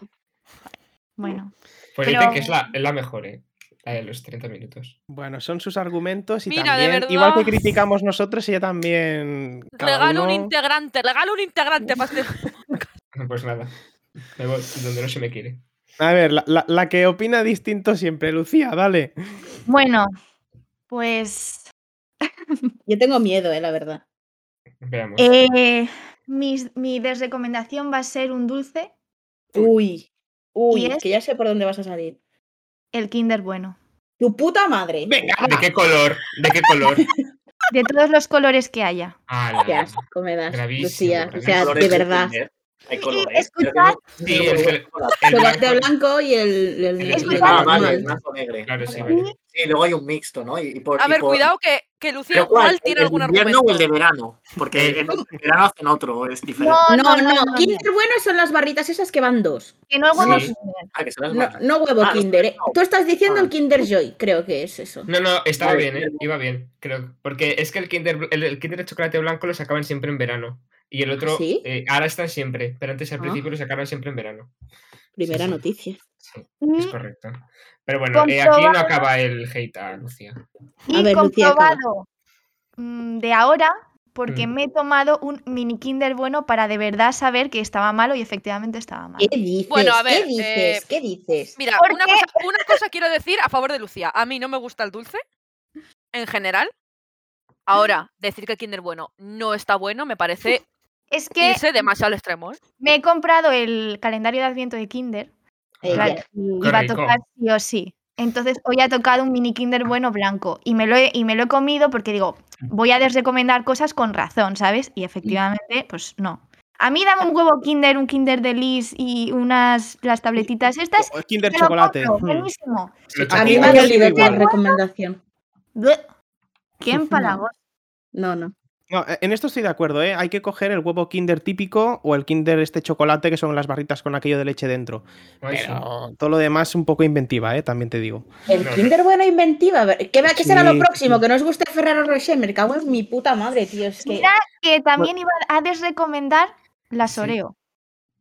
Speaker 4: Bueno,
Speaker 6: Pues
Speaker 4: Pero-
Speaker 6: dicen que es la, es la mejor, ¿eh? La de los 30 minutos.
Speaker 2: Bueno, son sus argumentos y
Speaker 5: Mira, de
Speaker 2: también,
Speaker 5: verdad.
Speaker 2: igual que criticamos nosotros, ella también. cada
Speaker 5: Regalo un
Speaker 2: uno-
Speaker 5: integrante, regalo un integrante para este-
Speaker 6: *laughs* Pues nada. Me voy donde no se me quiere.
Speaker 2: A ver, la, la- la que opina distinto siempre, Lucía, dale.
Speaker 4: bueno, pues
Speaker 1: *laughs* Yo tengo miedo, eh, la verdad.
Speaker 6: Veamos.
Speaker 4: eh, mis- mi desrecomendación va a ser un dulce,
Speaker 1: Uy, uy,
Speaker 4: es?
Speaker 1: que ya sé por dónde vas a salir.
Speaker 4: el Kinder bueno.
Speaker 1: Tu puta madre.
Speaker 2: Venga,
Speaker 6: ¿De qué color? ¿De qué color?
Speaker 4: De todos los colores que haya.
Speaker 6: *laughs* Ah,
Speaker 1: Qué asco me das,
Speaker 6: Gravísimo,
Speaker 1: Lucía. O
Speaker 6: gravísimo.
Speaker 1: sea, de
Speaker 3: Colores
Speaker 1: verdad.
Speaker 3: Tinder, Hay
Speaker 4: Y
Speaker 3: colores. pero
Speaker 4: escuchad-
Speaker 3: no-
Speaker 6: Sí,
Speaker 3: no
Speaker 6: es
Speaker 3: me
Speaker 6: que-
Speaker 3: gusta.
Speaker 6: el
Speaker 1: El blanco,
Speaker 6: blanco-
Speaker 1: y el, el-
Speaker 6: el
Speaker 1: el
Speaker 4: escuchad-
Speaker 3: Ah,
Speaker 1: normal.
Speaker 3: vale, el mazo negro.
Speaker 6: Claro, sí,
Speaker 3: Vale.
Speaker 6: vale.
Speaker 3: Sí, luego hay un mixto, ¿no? Y, y por,
Speaker 5: A
Speaker 3: y
Speaker 5: ver,
Speaker 3: por-
Speaker 5: cuidado que, que Lucía
Speaker 3: ¿Pero
Speaker 5: igual tiene
Speaker 3: ¿El
Speaker 5: algún
Speaker 3: invierno
Speaker 5: argumento. Eh,
Speaker 3: o el de verano? Porque en en verano hacen otro, es diferente.
Speaker 1: No, no, Kinder bueno son las barritas esas que van dos.
Speaker 4: Que no huevo
Speaker 6: Sí.
Speaker 4: Kinder.
Speaker 3: Ah, que son las
Speaker 1: No,
Speaker 3: malas.
Speaker 1: no huevo
Speaker 3: Ah, no,
Speaker 1: Kinder. eh.
Speaker 3: no.
Speaker 1: Tú estás diciendo
Speaker 3: Ah.
Speaker 1: el Kinder Joy, creo que es eso.
Speaker 6: No, no, estaba
Speaker 3: Vale.
Speaker 6: bien, ¿eh? Iba bien, creo. Porque es que el Kinder, bl- el, el Kinder de chocolate blanco lo sacaban siempre en verano. Y el otro,
Speaker 1: Ah, ¿Sí?
Speaker 6: eh, ahora están siempre, pero antes al
Speaker 1: Ah.
Speaker 6: principio lo sacaban siempre en verano.
Speaker 1: Primera
Speaker 6: sí.
Speaker 1: noticia.
Speaker 6: Sí,
Speaker 1: Mm.
Speaker 6: es
Speaker 4: Y-
Speaker 6: correcto. Pero bueno, eh, aquí no acaba el hate a Lucía.
Speaker 1: A
Speaker 4: Y
Speaker 1: ver, Lucía, acaba.
Speaker 4: comprobado mm, de ahora, porque
Speaker 6: Mm.
Speaker 4: me he tomado un mini Kinder bueno para de verdad saber que estaba malo y efectivamente estaba malo.
Speaker 1: ¿Qué dices?
Speaker 5: Bueno, a ver,
Speaker 1: ¿Qué dices?
Speaker 5: eh,
Speaker 1: ¿Qué dices?
Speaker 5: Mira,
Speaker 4: ¿Por
Speaker 5: una
Speaker 4: qué?
Speaker 5: cosa, una cosa quiero decir a favor de Lucía. A mí no me gusta el dulce, en general. Ahora, decir que el Kinder bueno no está bueno me parece
Speaker 4: Es que
Speaker 5: irse demasiado al extremo. ¿eh?
Speaker 4: me he comprado el calendario de adviento de Kinder
Speaker 1: Eh,
Speaker 6: Claro.
Speaker 1: ya.
Speaker 4: y
Speaker 6: Qué
Speaker 4: iba a
Speaker 6: rico.
Speaker 4: tocar sí o sí. Entonces hoy ha tocado un mini Kinder bueno blanco y me lo he, y me lo he comido porque digo, voy a desrecomendar cosas con razón, ¿sabes? Y efectivamente, pues no. A mí dame un huevo Kinder, un Kinder de Lis y unas las tabletitas estas.
Speaker 2: O el Kinder
Speaker 4: te lo
Speaker 2: chocolate.
Speaker 4: compro,
Speaker 2: Mm.
Speaker 4: buenísimo.
Speaker 6: Lo
Speaker 2: a
Speaker 1: A
Speaker 2: mí
Speaker 1: mí
Speaker 6: chocolate-
Speaker 1: me
Speaker 2: me
Speaker 1: ha
Speaker 2: ha
Speaker 1: dolido
Speaker 2: sido
Speaker 1: tu
Speaker 2: igual.
Speaker 1: recomendación.
Speaker 4: Bleh. Qué empalagoso.
Speaker 1: No, no.
Speaker 2: No, eh, en esto estoy de acuerdo, ¿eh? Hay que coger el huevo Kinder típico o el Kinder este chocolate que son las barritas con aquello de leche dentro.
Speaker 6: Ay, sí.
Speaker 2: Pero todo lo demás un poco inventiva, ¿eh? También te digo.
Speaker 1: El
Speaker 6: No, no.
Speaker 1: Kinder buena inventiva. a ver, ¿Qué, va- qué será
Speaker 2: Sí,
Speaker 1: lo próximo? Que no os guste Ferrero Rocher. Me cago en mi puta madre, tío. Es que...
Speaker 4: Mira que también iba a desrecomendar las
Speaker 6: Sí.
Speaker 4: Oreo.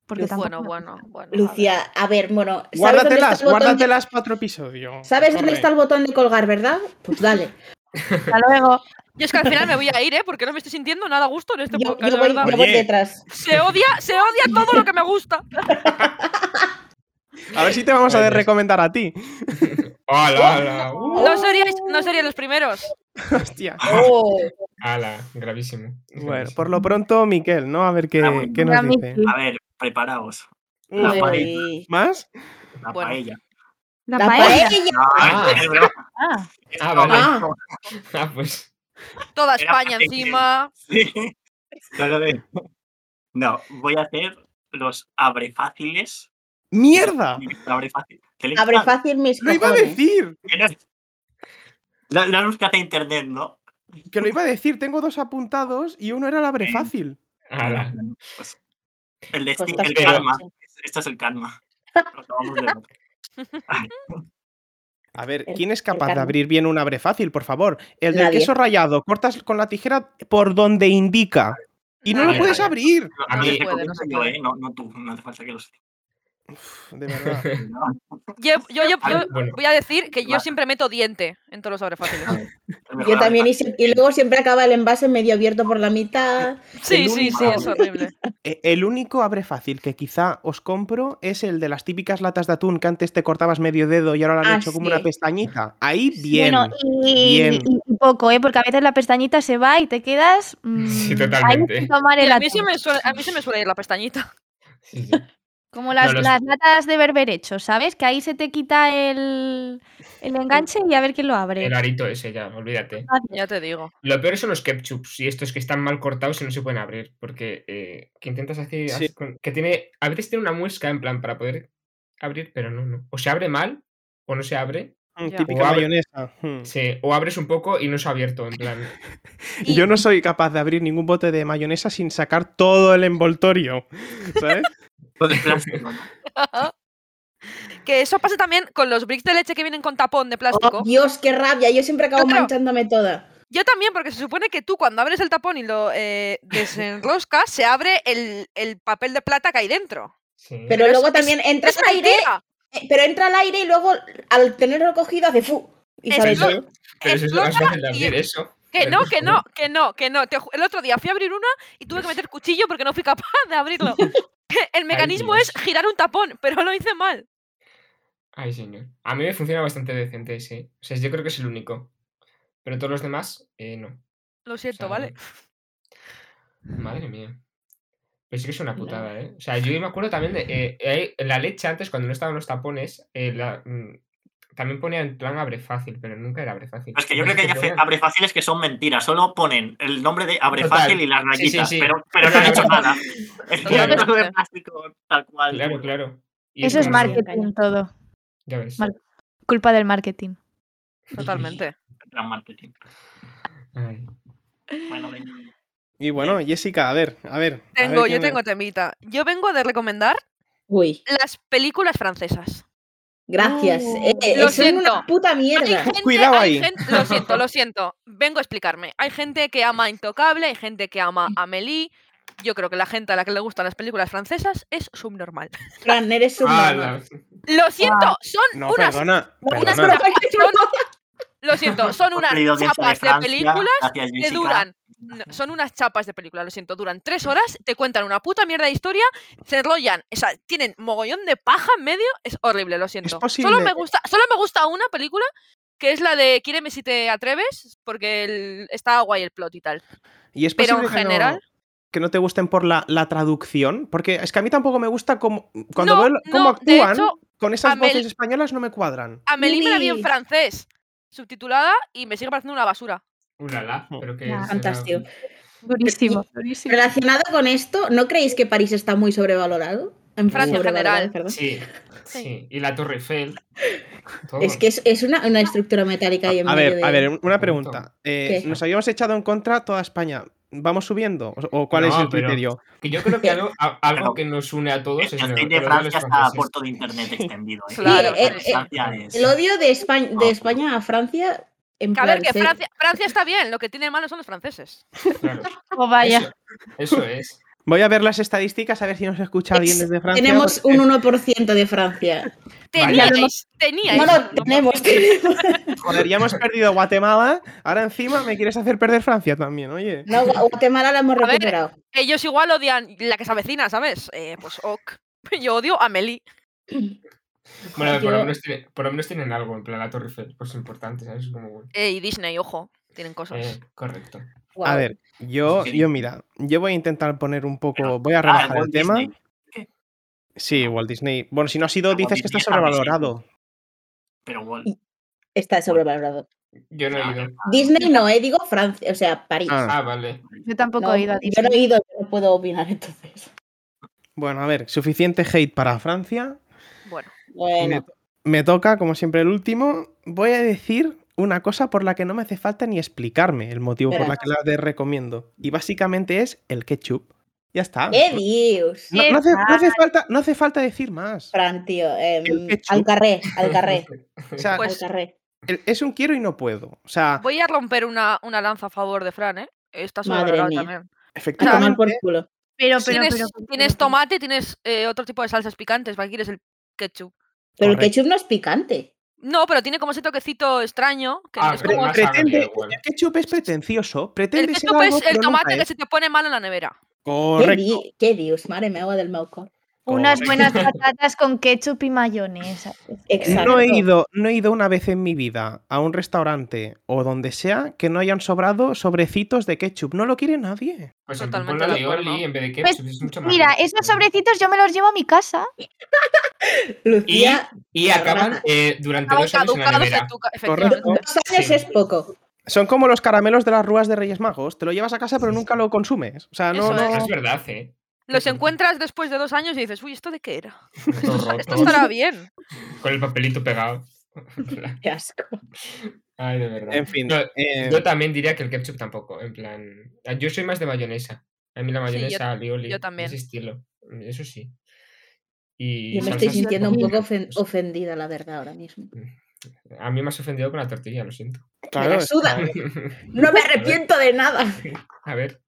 Speaker 4: Porque
Speaker 1: Lucía,
Speaker 4: tampoco
Speaker 5: Bueno,
Speaker 4: me
Speaker 5: bueno,
Speaker 4: gustan.
Speaker 5: bueno. a ver.
Speaker 1: Lucía, a ver, bueno. ¿sabes dónde está
Speaker 2: Guárdatelas,
Speaker 1: el botón de-
Speaker 2: guárdatelas para otro episodio.
Speaker 1: ¿Sabes dónde
Speaker 2: Corre.
Speaker 1: está el botón de colgar, verdad? Pues
Speaker 5: *laughs*
Speaker 1: dale.
Speaker 4: Hasta luego.
Speaker 5: Yo es que al final me voy a ir, ¿eh? Porque no me estoy sintiendo nada a gusto en este
Speaker 1: Yo, yo
Speaker 5: podcast, de
Speaker 1: voy,
Speaker 5: verdad.
Speaker 2: Oye.
Speaker 1: yo voy
Speaker 5: *laughs*
Speaker 1: detrás.
Speaker 5: Se odia, se odia todo lo que me gusta.
Speaker 2: A ver si te vamos a
Speaker 6: Ay,
Speaker 2: de
Speaker 6: Dios.
Speaker 2: recomendar a ti. *laughs*
Speaker 6: ¡Hala, hala! uh,
Speaker 5: No seríais, no seríais los primeros.
Speaker 2: Hostia.
Speaker 1: Oh,
Speaker 6: ¡Hala! Gravísimo.
Speaker 2: Bueno,
Speaker 6: gravísimo.
Speaker 2: por lo pronto, Miquel, ¿no? A ver qué,
Speaker 3: Ah, bueno,
Speaker 2: qué nos dice.
Speaker 4: Miquel.
Speaker 3: A ver, preparaos.
Speaker 2: Uf,
Speaker 3: Uy.
Speaker 1: Uy.
Speaker 2: ¿Más?
Speaker 3: La
Speaker 5: Bueno.
Speaker 3: paella.
Speaker 4: La,
Speaker 1: La
Speaker 4: paella.
Speaker 1: paella.
Speaker 3: No,
Speaker 6: Ah.
Speaker 3: es broma.
Speaker 4: Ah,
Speaker 6: *laughs* Ah, vale.
Speaker 1: Ah.
Speaker 6: Ah, pues.
Speaker 5: Toda
Speaker 3: Era
Speaker 5: España
Speaker 3: para
Speaker 5: encima.
Speaker 3: *laughs* Sí. No, lo de- no, voy a hacer los abre fáciles.
Speaker 6: Ah.
Speaker 2: ¡Mierda!
Speaker 3: Abre fácil. ¿Qué le-
Speaker 1: Abre
Speaker 3: ah,
Speaker 1: fácil mis
Speaker 2: Lo iba a
Speaker 1: cojones.
Speaker 2: decir.
Speaker 3: que no- No, no buscaste internet, ¿no?
Speaker 2: Que lo iba a decir. Tengo dos apuntados y uno era el abre
Speaker 3: Sí.
Speaker 2: fácil.
Speaker 6: ¡Hala!
Speaker 3: Pues, el
Speaker 1: Pues
Speaker 3: destino,
Speaker 1: estás
Speaker 3: el
Speaker 6: pero-
Speaker 3: karma. Esto es el karma. Lo acabamos de ver.
Speaker 2: A ver,
Speaker 1: El-
Speaker 2: ¿quién es
Speaker 1: el
Speaker 2: capaz de
Speaker 1: carne.
Speaker 2: abrir bien un abre fácil, por favor? El del
Speaker 1: Nadie.
Speaker 2: queso rayado, cortas con la tijera por donde indica. Y no lo
Speaker 5: Nadie.
Speaker 2: puedes abrir.
Speaker 3: A
Speaker 5: No
Speaker 3: mí
Speaker 5: se puede,
Speaker 3: recomiendo
Speaker 5: no se
Speaker 3: yo,
Speaker 5: puede.
Speaker 3: ¿eh? No, no tú, no hace falta que lo sepas.
Speaker 2: Uf, De verdad.
Speaker 3: ¿no?
Speaker 5: Yo, yo- yo-
Speaker 3: A ver,
Speaker 5: yo
Speaker 6: Ah, bueno.
Speaker 5: voy a decir que yo
Speaker 3: Vale.
Speaker 5: siempre meto diente en todos los sobrefáciles.
Speaker 1: Ah,
Speaker 3: El mejor
Speaker 1: Yo
Speaker 3: abre
Speaker 1: también. Y, si- y luego siempre acaba el envase medio abierto por la mitad.
Speaker 5: Sí, sí, sí,
Speaker 3: único-
Speaker 5: es horrible.
Speaker 2: E- El único abre fácil que quizá os compro es el de las típicas latas de atún que antes te cortabas medio dedo y ahora lo han
Speaker 1: Ah,
Speaker 2: hecho como
Speaker 1: sí.
Speaker 2: una pestañita. Ahí bien.
Speaker 4: bueno, y,
Speaker 2: bien.
Speaker 4: y- y poco, ¿eh? Porque a veces la pestañita se va y te quedas. mm,
Speaker 6: Sí, totalmente.
Speaker 4: ahí sin tomar
Speaker 5: Y
Speaker 4: el
Speaker 5: a, mí se
Speaker 4: atún.
Speaker 5: me suele, a mí se me suele ir la pestañita. *laughs*
Speaker 6: Sí, *laughs* sí.
Speaker 4: Como las,
Speaker 6: No, los-
Speaker 4: las latas de berberecho, ¿sabes? Que ahí se te quita el, el enganche y a ver quién lo abre.
Speaker 6: El arito ese ya, olvídate.
Speaker 5: Ya te digo.
Speaker 6: Lo peor son los ketchups y estos que están mal cortados y no se pueden abrir. Porque eh, que intentas hacer.
Speaker 2: Sí.
Speaker 6: hacer con- que tiene. A veces tiene una muesca en plan para poder abrir, pero no, no. O se abre mal, o no se abre,
Speaker 2: Mm,
Speaker 5: Ya.
Speaker 2: Típica
Speaker 6: O abre-
Speaker 2: mayonesa. mm.
Speaker 6: Sí, o abres un poco y no se ha abierto, en *laughs* plan.
Speaker 5: Y-
Speaker 2: Yo no soy capaz de abrir ningún bote de mayonesa sin sacar todo el envoltorio. ¿Sabes?
Speaker 3: Lo de plástico, ¿no?
Speaker 5: Que eso pasa también con los bricks de leche que vienen con tapón de plástico.
Speaker 1: Oh, Dios, qué rabia. Yo siempre acabo
Speaker 5: Claro.
Speaker 1: manchándome toda.
Speaker 5: Yo también, porque se supone que tú cuando abres el tapón y lo eh, desenroscas, se abre el, el papel de plata que hay dentro.
Speaker 6: Sí.
Speaker 1: Pero,
Speaker 5: es-
Speaker 1: luego
Speaker 5: es-
Speaker 1: también entra
Speaker 5: ¡Es
Speaker 1: el aire,
Speaker 5: mentira!
Speaker 1: eh, pero entra el aire y luego al tenerlo cogido hace fu. Y
Speaker 5: Es
Speaker 1: sale
Speaker 5: lo-
Speaker 1: todo.
Speaker 6: pero eso es lo más
Speaker 5: explota
Speaker 6: fácil de
Speaker 5: y-
Speaker 6: abrir, eso.
Speaker 5: Que no, que
Speaker 6: Pero-
Speaker 5: no, que no, que no. Te ju- el otro día fui a abrir una y tuve que meter cuchillo porque no fui capaz
Speaker 6: *laughs*
Speaker 5: de abrirlo. *laughs* El mecanismo es
Speaker 6: Dios.
Speaker 5: girar un tapón, pero lo hice mal.
Speaker 6: Ay, señor. A mí me funciona bastante decente, sí. O sea, yo creo que es el único. Pero todos los demás, eh, no.
Speaker 5: Lo
Speaker 6: O sea,
Speaker 5: siento,
Speaker 6: *laughs*
Speaker 5: ¿vale?
Speaker 6: Madre mía. Pero sí que es una putada, ¿eh? O sea, yo me acuerdo también de. eh, eh, en la leche antes, cuando no estaban los tapones, eh, la- mm, también ponía en plan abre fácil, pero nunca era abre fácil.
Speaker 3: Pero es que yo
Speaker 6: Ahora
Speaker 3: creo que
Speaker 6: sí
Speaker 3: hay abre
Speaker 6: ponen-
Speaker 3: fáciles que son mentiras. Solo ponen el nombre de abre
Speaker 6: Total.
Speaker 3: fácil y las
Speaker 6: Sí, sí,
Speaker 3: rayitas,
Speaker 6: sí.
Speaker 3: pero, pero no han hecho
Speaker 6: *laughs*
Speaker 3: nada. Es que
Speaker 6: Claro.
Speaker 3: el trozo de plástico tal cual.
Speaker 6: Claro, claro. Y
Speaker 4: Eso es
Speaker 6: como-
Speaker 1: marketing.
Speaker 4: marketing todo.
Speaker 6: Ya ves.
Speaker 4: Mal- Culpa del marketing.
Speaker 5: Totalmente.
Speaker 3: Gran marketing.
Speaker 6: Ay.
Speaker 3: Ah, Bueno, venga.
Speaker 2: Y bueno, Jessica, a ver, a ver. a ver
Speaker 5: Tengo, yo
Speaker 2: quién le-
Speaker 5: tengo temita. Yo vengo de recomendar
Speaker 1: Uy,
Speaker 5: las películas francesas.
Speaker 1: gracias.
Speaker 4: No.
Speaker 1: Eh, eh,
Speaker 5: Oh, Lo
Speaker 1: son
Speaker 5: siento.
Speaker 1: una puta
Speaker 5: Hay
Speaker 1: mierda.
Speaker 5: gente-
Speaker 2: Cuidado
Speaker 5: hay
Speaker 2: ahí.
Speaker 5: gente- lo siento, lo siento. Vengo a explicarme. Hay gente que ama Intocable, hay gente que ama Amélie. Yo creo que la gente a la que le gustan las películas francesas es subnormal.
Speaker 1: Fran, eres
Speaker 6: Ah,
Speaker 1: subnormal.
Speaker 6: Ala.
Speaker 5: Lo siento, son
Speaker 2: No,
Speaker 5: unas
Speaker 2: perdona.
Speaker 1: No,
Speaker 5: unas
Speaker 2: perdona.
Speaker 5: *laughs* Lo siento,
Speaker 3: *laughs*
Speaker 5: son unas
Speaker 3: Queridos de
Speaker 5: chapas de
Speaker 3: Francia,
Speaker 5: películas
Speaker 3: gracias,
Speaker 5: que
Speaker 3: Jessica.
Speaker 5: duran. no, son unas chapas de película, lo siento, duran tres horas, te cuentan una puta mierda de historia, se enrollan, o sea, tienen mogollón de paja en medio, es horrible, lo siento. Solo me
Speaker 2: posible.
Speaker 5: gusta, solo me gusta una película que es la de Quíreme si te atreves, porque el- está guay el plot y tal.
Speaker 2: Y es
Speaker 5: Pero en
Speaker 2: posible que no-
Speaker 5: general-
Speaker 2: que no te gusten por la, la traducción, porque es que a mí tampoco me gusta cómo, cuando
Speaker 5: No,
Speaker 2: veo lo- cómo
Speaker 5: no, de
Speaker 2: actúan,
Speaker 5: hecho,
Speaker 2: con esas
Speaker 5: Amel-
Speaker 2: voces españolas no me cuadran.
Speaker 5: Amelie me la vi en
Speaker 1: Uy.
Speaker 5: francés, subtitulada, y me sigue pareciendo una basura.
Speaker 6: *laughs* Ulala, pero que.
Speaker 4: Ya.
Speaker 6: será-
Speaker 1: Fantástico.
Speaker 4: Durísimo.
Speaker 1: Relacionado con esto, ¿no creéis que París está muy sobrevalorado? En
Speaker 5: Francia en
Speaker 1: sobrevalorado,
Speaker 5: general.
Speaker 1: perdón.
Speaker 6: Sí, sí. Y la Torre Eiffel. todo.
Speaker 1: Es que es, es una, una estructura metálica ahí en
Speaker 2: A
Speaker 1: medio
Speaker 2: ver,
Speaker 1: de-
Speaker 2: a ver, un- una
Speaker 6: Punto.
Speaker 2: pregunta. Eh,
Speaker 1: ¿Qué?
Speaker 2: ¿Nos habíamos echado en contra toda España? ¿Vamos subiendo? ¿O o cuál es
Speaker 6: No,
Speaker 2: el
Speaker 6: pero-
Speaker 2: criterio?
Speaker 6: Que yo creo que algo, a-
Speaker 3: Pero-
Speaker 6: algo que nos une a todos
Speaker 3: El
Speaker 6: es lo,
Speaker 3: aceite de
Speaker 6: lo de los
Speaker 3: Francia está a
Speaker 6: franceses.
Speaker 3: puerto de internet extendido. ¿eh? El
Speaker 5: Claro,
Speaker 3: aceite
Speaker 1: eh,
Speaker 3: de Francia es-
Speaker 1: El odio de España,
Speaker 3: No.
Speaker 1: de España a Francia en
Speaker 5: Que a ver,
Speaker 1: plan,
Speaker 5: que
Speaker 1: se-
Speaker 5: Francia, Francia está bien, lo que tiene de malo son los franceses.
Speaker 6: Claro,
Speaker 4: O vaya.
Speaker 6: Eso, eso es.
Speaker 2: Voy a ver las estadísticas a ver si nos escucha
Speaker 1: Ex-
Speaker 2: alguien desde Francia.
Speaker 1: tenemos
Speaker 2: porque-
Speaker 1: un 1% de
Speaker 5: *laughs*
Speaker 1: Francia.
Speaker 6: Vale.
Speaker 5: Teníais, teníais.
Speaker 1: No lo
Speaker 5: no,
Speaker 1: tenemos. *laughs*
Speaker 2: Joder, ya hemos perdido Guatemala. Ahora encima me quieres hacer perder Francia también, oye.
Speaker 1: No, Gua- Guatemala la hemos
Speaker 5: A ver.
Speaker 1: recuperado.
Speaker 5: ellos igual odian la que se avecina, ¿sabes? Eh, pues ok. *laughs* Yo odio a Meli.
Speaker 6: Bueno, por
Speaker 1: Yo-
Speaker 6: lo, menos tiene- por lo menos tienen algo, en plan la Torre Eiffel, pues importante, ¿sabes? Es Como, bueno,
Speaker 5: eh, y Disney, ojo, tienen cosas.
Speaker 6: eh, correcto.
Speaker 1: Guau.
Speaker 2: A ver, yo,
Speaker 3: Sí.
Speaker 2: yo mira, yo voy a intentar poner un poco, voy a
Speaker 3: Ah,
Speaker 2: rebajar el
Speaker 3: Walt
Speaker 2: tema.
Speaker 3: Disney. Ah,
Speaker 2: Sí, Walt Disney. Bueno, si no ha sido,
Speaker 3: Walt
Speaker 2: dices que está
Speaker 3: Disney está muy
Speaker 2: sobrevalorado.
Speaker 3: Pero Walt-
Speaker 1: Y- Está sobrevalorado.
Speaker 6: Yo no he
Speaker 3: Ah,
Speaker 6: ido.
Speaker 1: Disney no, eh, digo Francia, o sea, París.
Speaker 2: Ah,
Speaker 6: Ah, vale.
Speaker 4: Yo tampoco
Speaker 1: No,
Speaker 4: he ido a
Speaker 1: yo no he
Speaker 4: Disney.
Speaker 1: ido, yo no puedo opinar entonces.
Speaker 2: Bueno, a ver, suficiente hate para Francia.
Speaker 5: Bueno,
Speaker 2: Me,
Speaker 1: Bueno,
Speaker 2: me toca, como siempre, el último. Voy a decir una cosa por la que no me hace falta ni explicarme el motivo por
Speaker 1: Espera.
Speaker 2: la que la de recomiendo. Y básicamente es el ketchup. Ya está.
Speaker 1: ¿qué dios?
Speaker 2: No, no hace, no hace falta, no hace falta decir más.
Speaker 1: Fran, tío, em,
Speaker 2: El ketchup.
Speaker 1: al carré, al carré,
Speaker 2: *laughs* O sea,
Speaker 5: Pues-
Speaker 1: al carré.
Speaker 2: el- es un quiero y no puedo. O sea,
Speaker 5: voy a romper una, una lanza a favor de Fran, ¿eh? Está
Speaker 1: Madre
Speaker 5: sobrevalorado
Speaker 1: mía. A
Speaker 5: también. sea,
Speaker 1: tomar
Speaker 2: efectivamente.
Speaker 1: por culo.
Speaker 4: Pero, pero,
Speaker 5: tienes
Speaker 4: pero, pero-
Speaker 5: tienes tomate, tienes eh, otro tipo de salsas picantes, ¿para qué quieres el ketchup?
Speaker 1: Pero el
Speaker 2: Correcto.
Speaker 1: ketchup no es picante.
Speaker 5: No, pero tiene como ese toquecito extraño. Que
Speaker 6: Ah,
Speaker 5: es
Speaker 6: pero
Speaker 5: como
Speaker 6: más
Speaker 5: el
Speaker 2: pretende-
Speaker 6: agrio, igual.
Speaker 2: El ketchup es pretencioso. Pretende ser
Speaker 5: ketchup
Speaker 2: algo, ¿eh?
Speaker 5: es el
Speaker 2: pero nunca
Speaker 5: tomate que
Speaker 2: es.
Speaker 5: se te pone malo en la nevera.
Speaker 1: ¿Qué,
Speaker 2: Correcto.
Speaker 1: di- qué dios? Madre, me agua del mauco.
Speaker 4: unas
Speaker 2: Correcto.
Speaker 4: buenas patatas con ketchup y mayonesa.
Speaker 1: Exacto.
Speaker 2: No he, ido, no he ido una vez en mi vida a un restaurante o donde sea que no hayan sobrado sobrecitos de ketchup. No lo quiere nadie.
Speaker 6: Pues
Speaker 5: Totalmente
Speaker 6: ponle
Speaker 5: de
Speaker 6: alioli
Speaker 5: acuerdo.
Speaker 6: en vez de
Speaker 4: Pues,
Speaker 6: ketchup, es mucho más
Speaker 4: Mira,
Speaker 6: rico.
Speaker 4: esos sobrecitos yo me los llevo a mi casa.
Speaker 6: Y,
Speaker 1: Lucía,
Speaker 6: y acaban eh, durante
Speaker 5: Estaban
Speaker 6: dos años en la
Speaker 5: caducados en
Speaker 6: nevera.
Speaker 5: tu ca- efectivamente.
Speaker 2: Correcto.
Speaker 1: dos años
Speaker 6: Sí.
Speaker 1: es poco.
Speaker 2: Son como los caramelos de las rúas de Reyes Magos. Te lo llevas a casa pero nunca lo consumes. O sea, no...
Speaker 5: Eso
Speaker 2: no-
Speaker 6: Es verdad, ¿eh?
Speaker 5: Los encuentras después de dos años y dices, uy, ¿esto de qué era?
Speaker 6: Todo
Speaker 5: Esto
Speaker 6: roto,
Speaker 5: estará bien.
Speaker 6: Con el papelito pegado. *laughs*
Speaker 1: Qué asco.
Speaker 6: Ay, de verdad.
Speaker 2: En fin.
Speaker 6: No,
Speaker 2: eh,
Speaker 6: Yo también diría que el ketchup tampoco, en plan... ah, Yo soy más de mayonesa. A mí la
Speaker 5: Sí, yo-
Speaker 6: mayonesa, alioli,
Speaker 5: yo también.
Speaker 6: ese estilo, mm, eso sí. Y
Speaker 1: Yo me
Speaker 6: salsas
Speaker 1: estoy
Speaker 6: tampoco,
Speaker 1: sintiendo un poco
Speaker 6: porque,
Speaker 1: ofen-
Speaker 6: pues,
Speaker 1: ofendida, la verdad, ahora mismo.
Speaker 6: A mí me has ofendido con la tortilla, lo siento.
Speaker 1: me
Speaker 2: claro,
Speaker 1: la suda.
Speaker 6: *laughs*
Speaker 1: No me arrepiento de nada.
Speaker 6: A ver,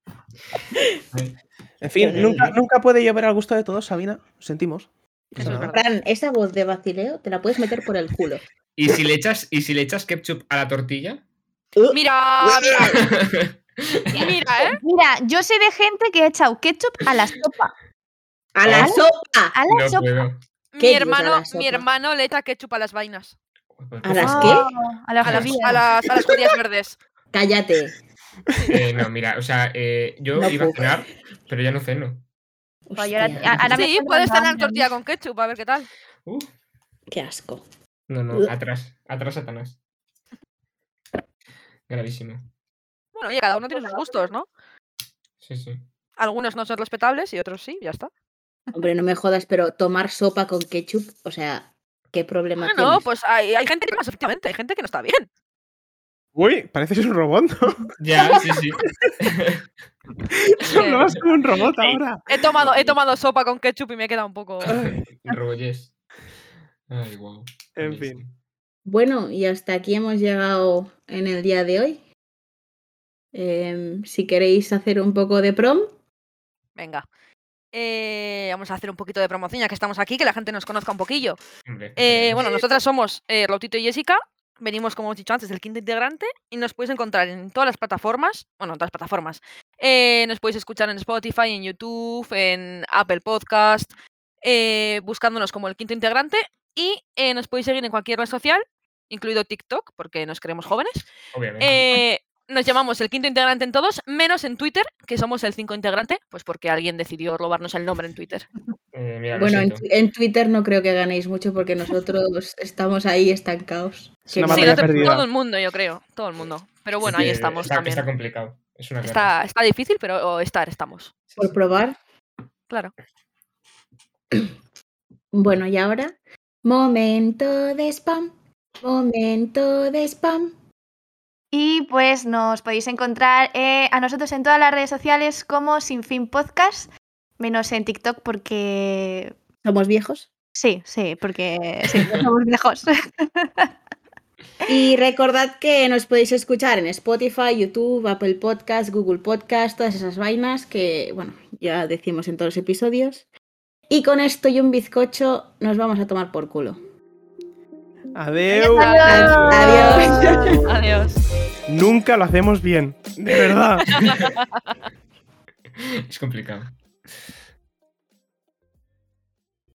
Speaker 2: en fin, nunca, nunca puede llover al gusto de todos, Sabina. Sentimos.
Speaker 5: Eso es
Speaker 6: Ah.
Speaker 5: verdad.
Speaker 1: Fran, esa voz de vacileo te la puedes meter por el culo.
Speaker 6: ¿y si le echas, y si le echas ketchup a la tortilla? *laughs*
Speaker 5: Mira,
Speaker 2: uh,
Speaker 5: mira, mira, ¿eh?
Speaker 4: Mira, yo sé de gente que ha echado ketchup a la sopa.
Speaker 1: ¡A la
Speaker 6: Ah.
Speaker 1: sopa!
Speaker 4: A la
Speaker 6: no
Speaker 4: sopa.
Speaker 6: puedo.
Speaker 1: ¿Qué
Speaker 5: Mi
Speaker 1: dices, a
Speaker 5: hermano,
Speaker 1: la sopa?
Speaker 5: mi hermano le echa ketchup a las vainas.
Speaker 1: ¿A las
Speaker 4: Ah,
Speaker 1: qué?
Speaker 4: A las
Speaker 5: A las,
Speaker 4: judías.
Speaker 5: a las, a las judías verdes.
Speaker 1: Cállate.
Speaker 6: Eh, no, mira, o sea, eh, yo
Speaker 1: No
Speaker 6: iba a
Speaker 1: puedo.
Speaker 6: cenar, pero ya no ceno.
Speaker 4: Pues yo ahora-
Speaker 1: Hostia,
Speaker 4: ahora me
Speaker 5: Sí,
Speaker 4: acuerdo
Speaker 5: puedes
Speaker 4: más,
Speaker 5: cenar
Speaker 4: ¿no?
Speaker 5: tortilla con ketchup, a ver qué tal.
Speaker 6: Uh,
Speaker 1: Qué asco.
Speaker 6: no, no, atrás, atrás Satanás. Gravísimo.
Speaker 5: Bueno, oye, cada uno tiene sus gustos, ¿no?
Speaker 6: Sí, sí.
Speaker 5: Algunos no son respetables y otros sí, ya está.
Speaker 1: Hombre, no me jodas, pero tomar sopa con ketchup, o sea, ¿qué problema
Speaker 4: Ah,
Speaker 5: Bueno,
Speaker 1: tienes?
Speaker 5: pues hay, hay gente que más efectivamente, hay gente que no está bien.
Speaker 2: Uy, pareces un robot, ¿no?
Speaker 6: Ya, sí, *laughs* sí.
Speaker 2: *laughs*
Speaker 5: Eh,
Speaker 2: Hablabas como un robot
Speaker 5: *laughs*
Speaker 2: ahora.
Speaker 5: he, tomado, he tomado sopa con ketchup y me he quedado un poco.
Speaker 6: Robollés. Ay, wow.
Speaker 2: En fin.
Speaker 1: Bueno, y hasta aquí hemos llegado en el día de hoy. Em, si queréis hacer un poco de prom,
Speaker 5: Venga. Eh, vamos a hacer un poquito de promoción, ya que estamos aquí, que la gente nos conozca un poquillo.
Speaker 6: Hombre,
Speaker 5: Eh,
Speaker 6: genial.
Speaker 5: bueno, nosotras somos eh, Rautito y Jessica. Venimos, como hemos dicho antes, del quinto integrante y nos podéis encontrar en todas las plataformas. Bueno, en todas las plataformas. Eh, nos podéis escuchar en Spotify, en YouTube, en Apple Podcast, eh, buscándonos como el quinto integrante. Y eh, nos podéis seguir en cualquier red social, incluido TikTok, porque nos creemos jóvenes.
Speaker 6: Obviamente.
Speaker 5: Eh, nos llamamos el quinto integrante en todos, menos en Twitter, que somos el cinco integrante, pues porque alguien decidió robarnos el nombre en Twitter.
Speaker 6: Eh, mira, lo
Speaker 1: bueno, en, tu-
Speaker 6: siento.
Speaker 1: en Twitter no creo que ganéis mucho porque nosotros *laughs* estamos ahí estancados.
Speaker 2: Es
Speaker 1: Que
Speaker 2: una
Speaker 1: no-
Speaker 5: Sí,
Speaker 2: batalla
Speaker 5: no te-
Speaker 2: perdida.
Speaker 5: todo el mundo, yo creo. Todo el mundo. Pero bueno,
Speaker 6: Sí,
Speaker 5: ahí
Speaker 6: eh,
Speaker 5: estamos
Speaker 6: está,
Speaker 5: también.
Speaker 6: Está complicado. Es una guerra.
Speaker 5: Está, está difícil, pero oh, estar estamos.
Speaker 6: Sí,
Speaker 1: por
Speaker 6: sí.
Speaker 1: probar.
Speaker 5: Claro.
Speaker 1: Bueno, y ahora, momento de spam, momento de spam.
Speaker 4: Y pues nos podéis encontrar eh, a nosotros en todas las redes sociales como Sin Fin Podcast, menos en TikTok porque...
Speaker 1: Somos viejos.
Speaker 4: Sí, sí, porque sí, no somos viejos.
Speaker 1: Y recordad que nos podéis escuchar en Spotify, YouTube, Apple Podcast, Google Podcast, todas esas vainas que, bueno, ya decimos en todos los episodios. Y con esto y un bizcocho nos vamos a tomar por culo.
Speaker 2: Adeu.
Speaker 1: Adiós.
Speaker 5: *laughs* Adiós.
Speaker 2: Nunca lo hacemos bien. De verdad.
Speaker 6: Es complicado.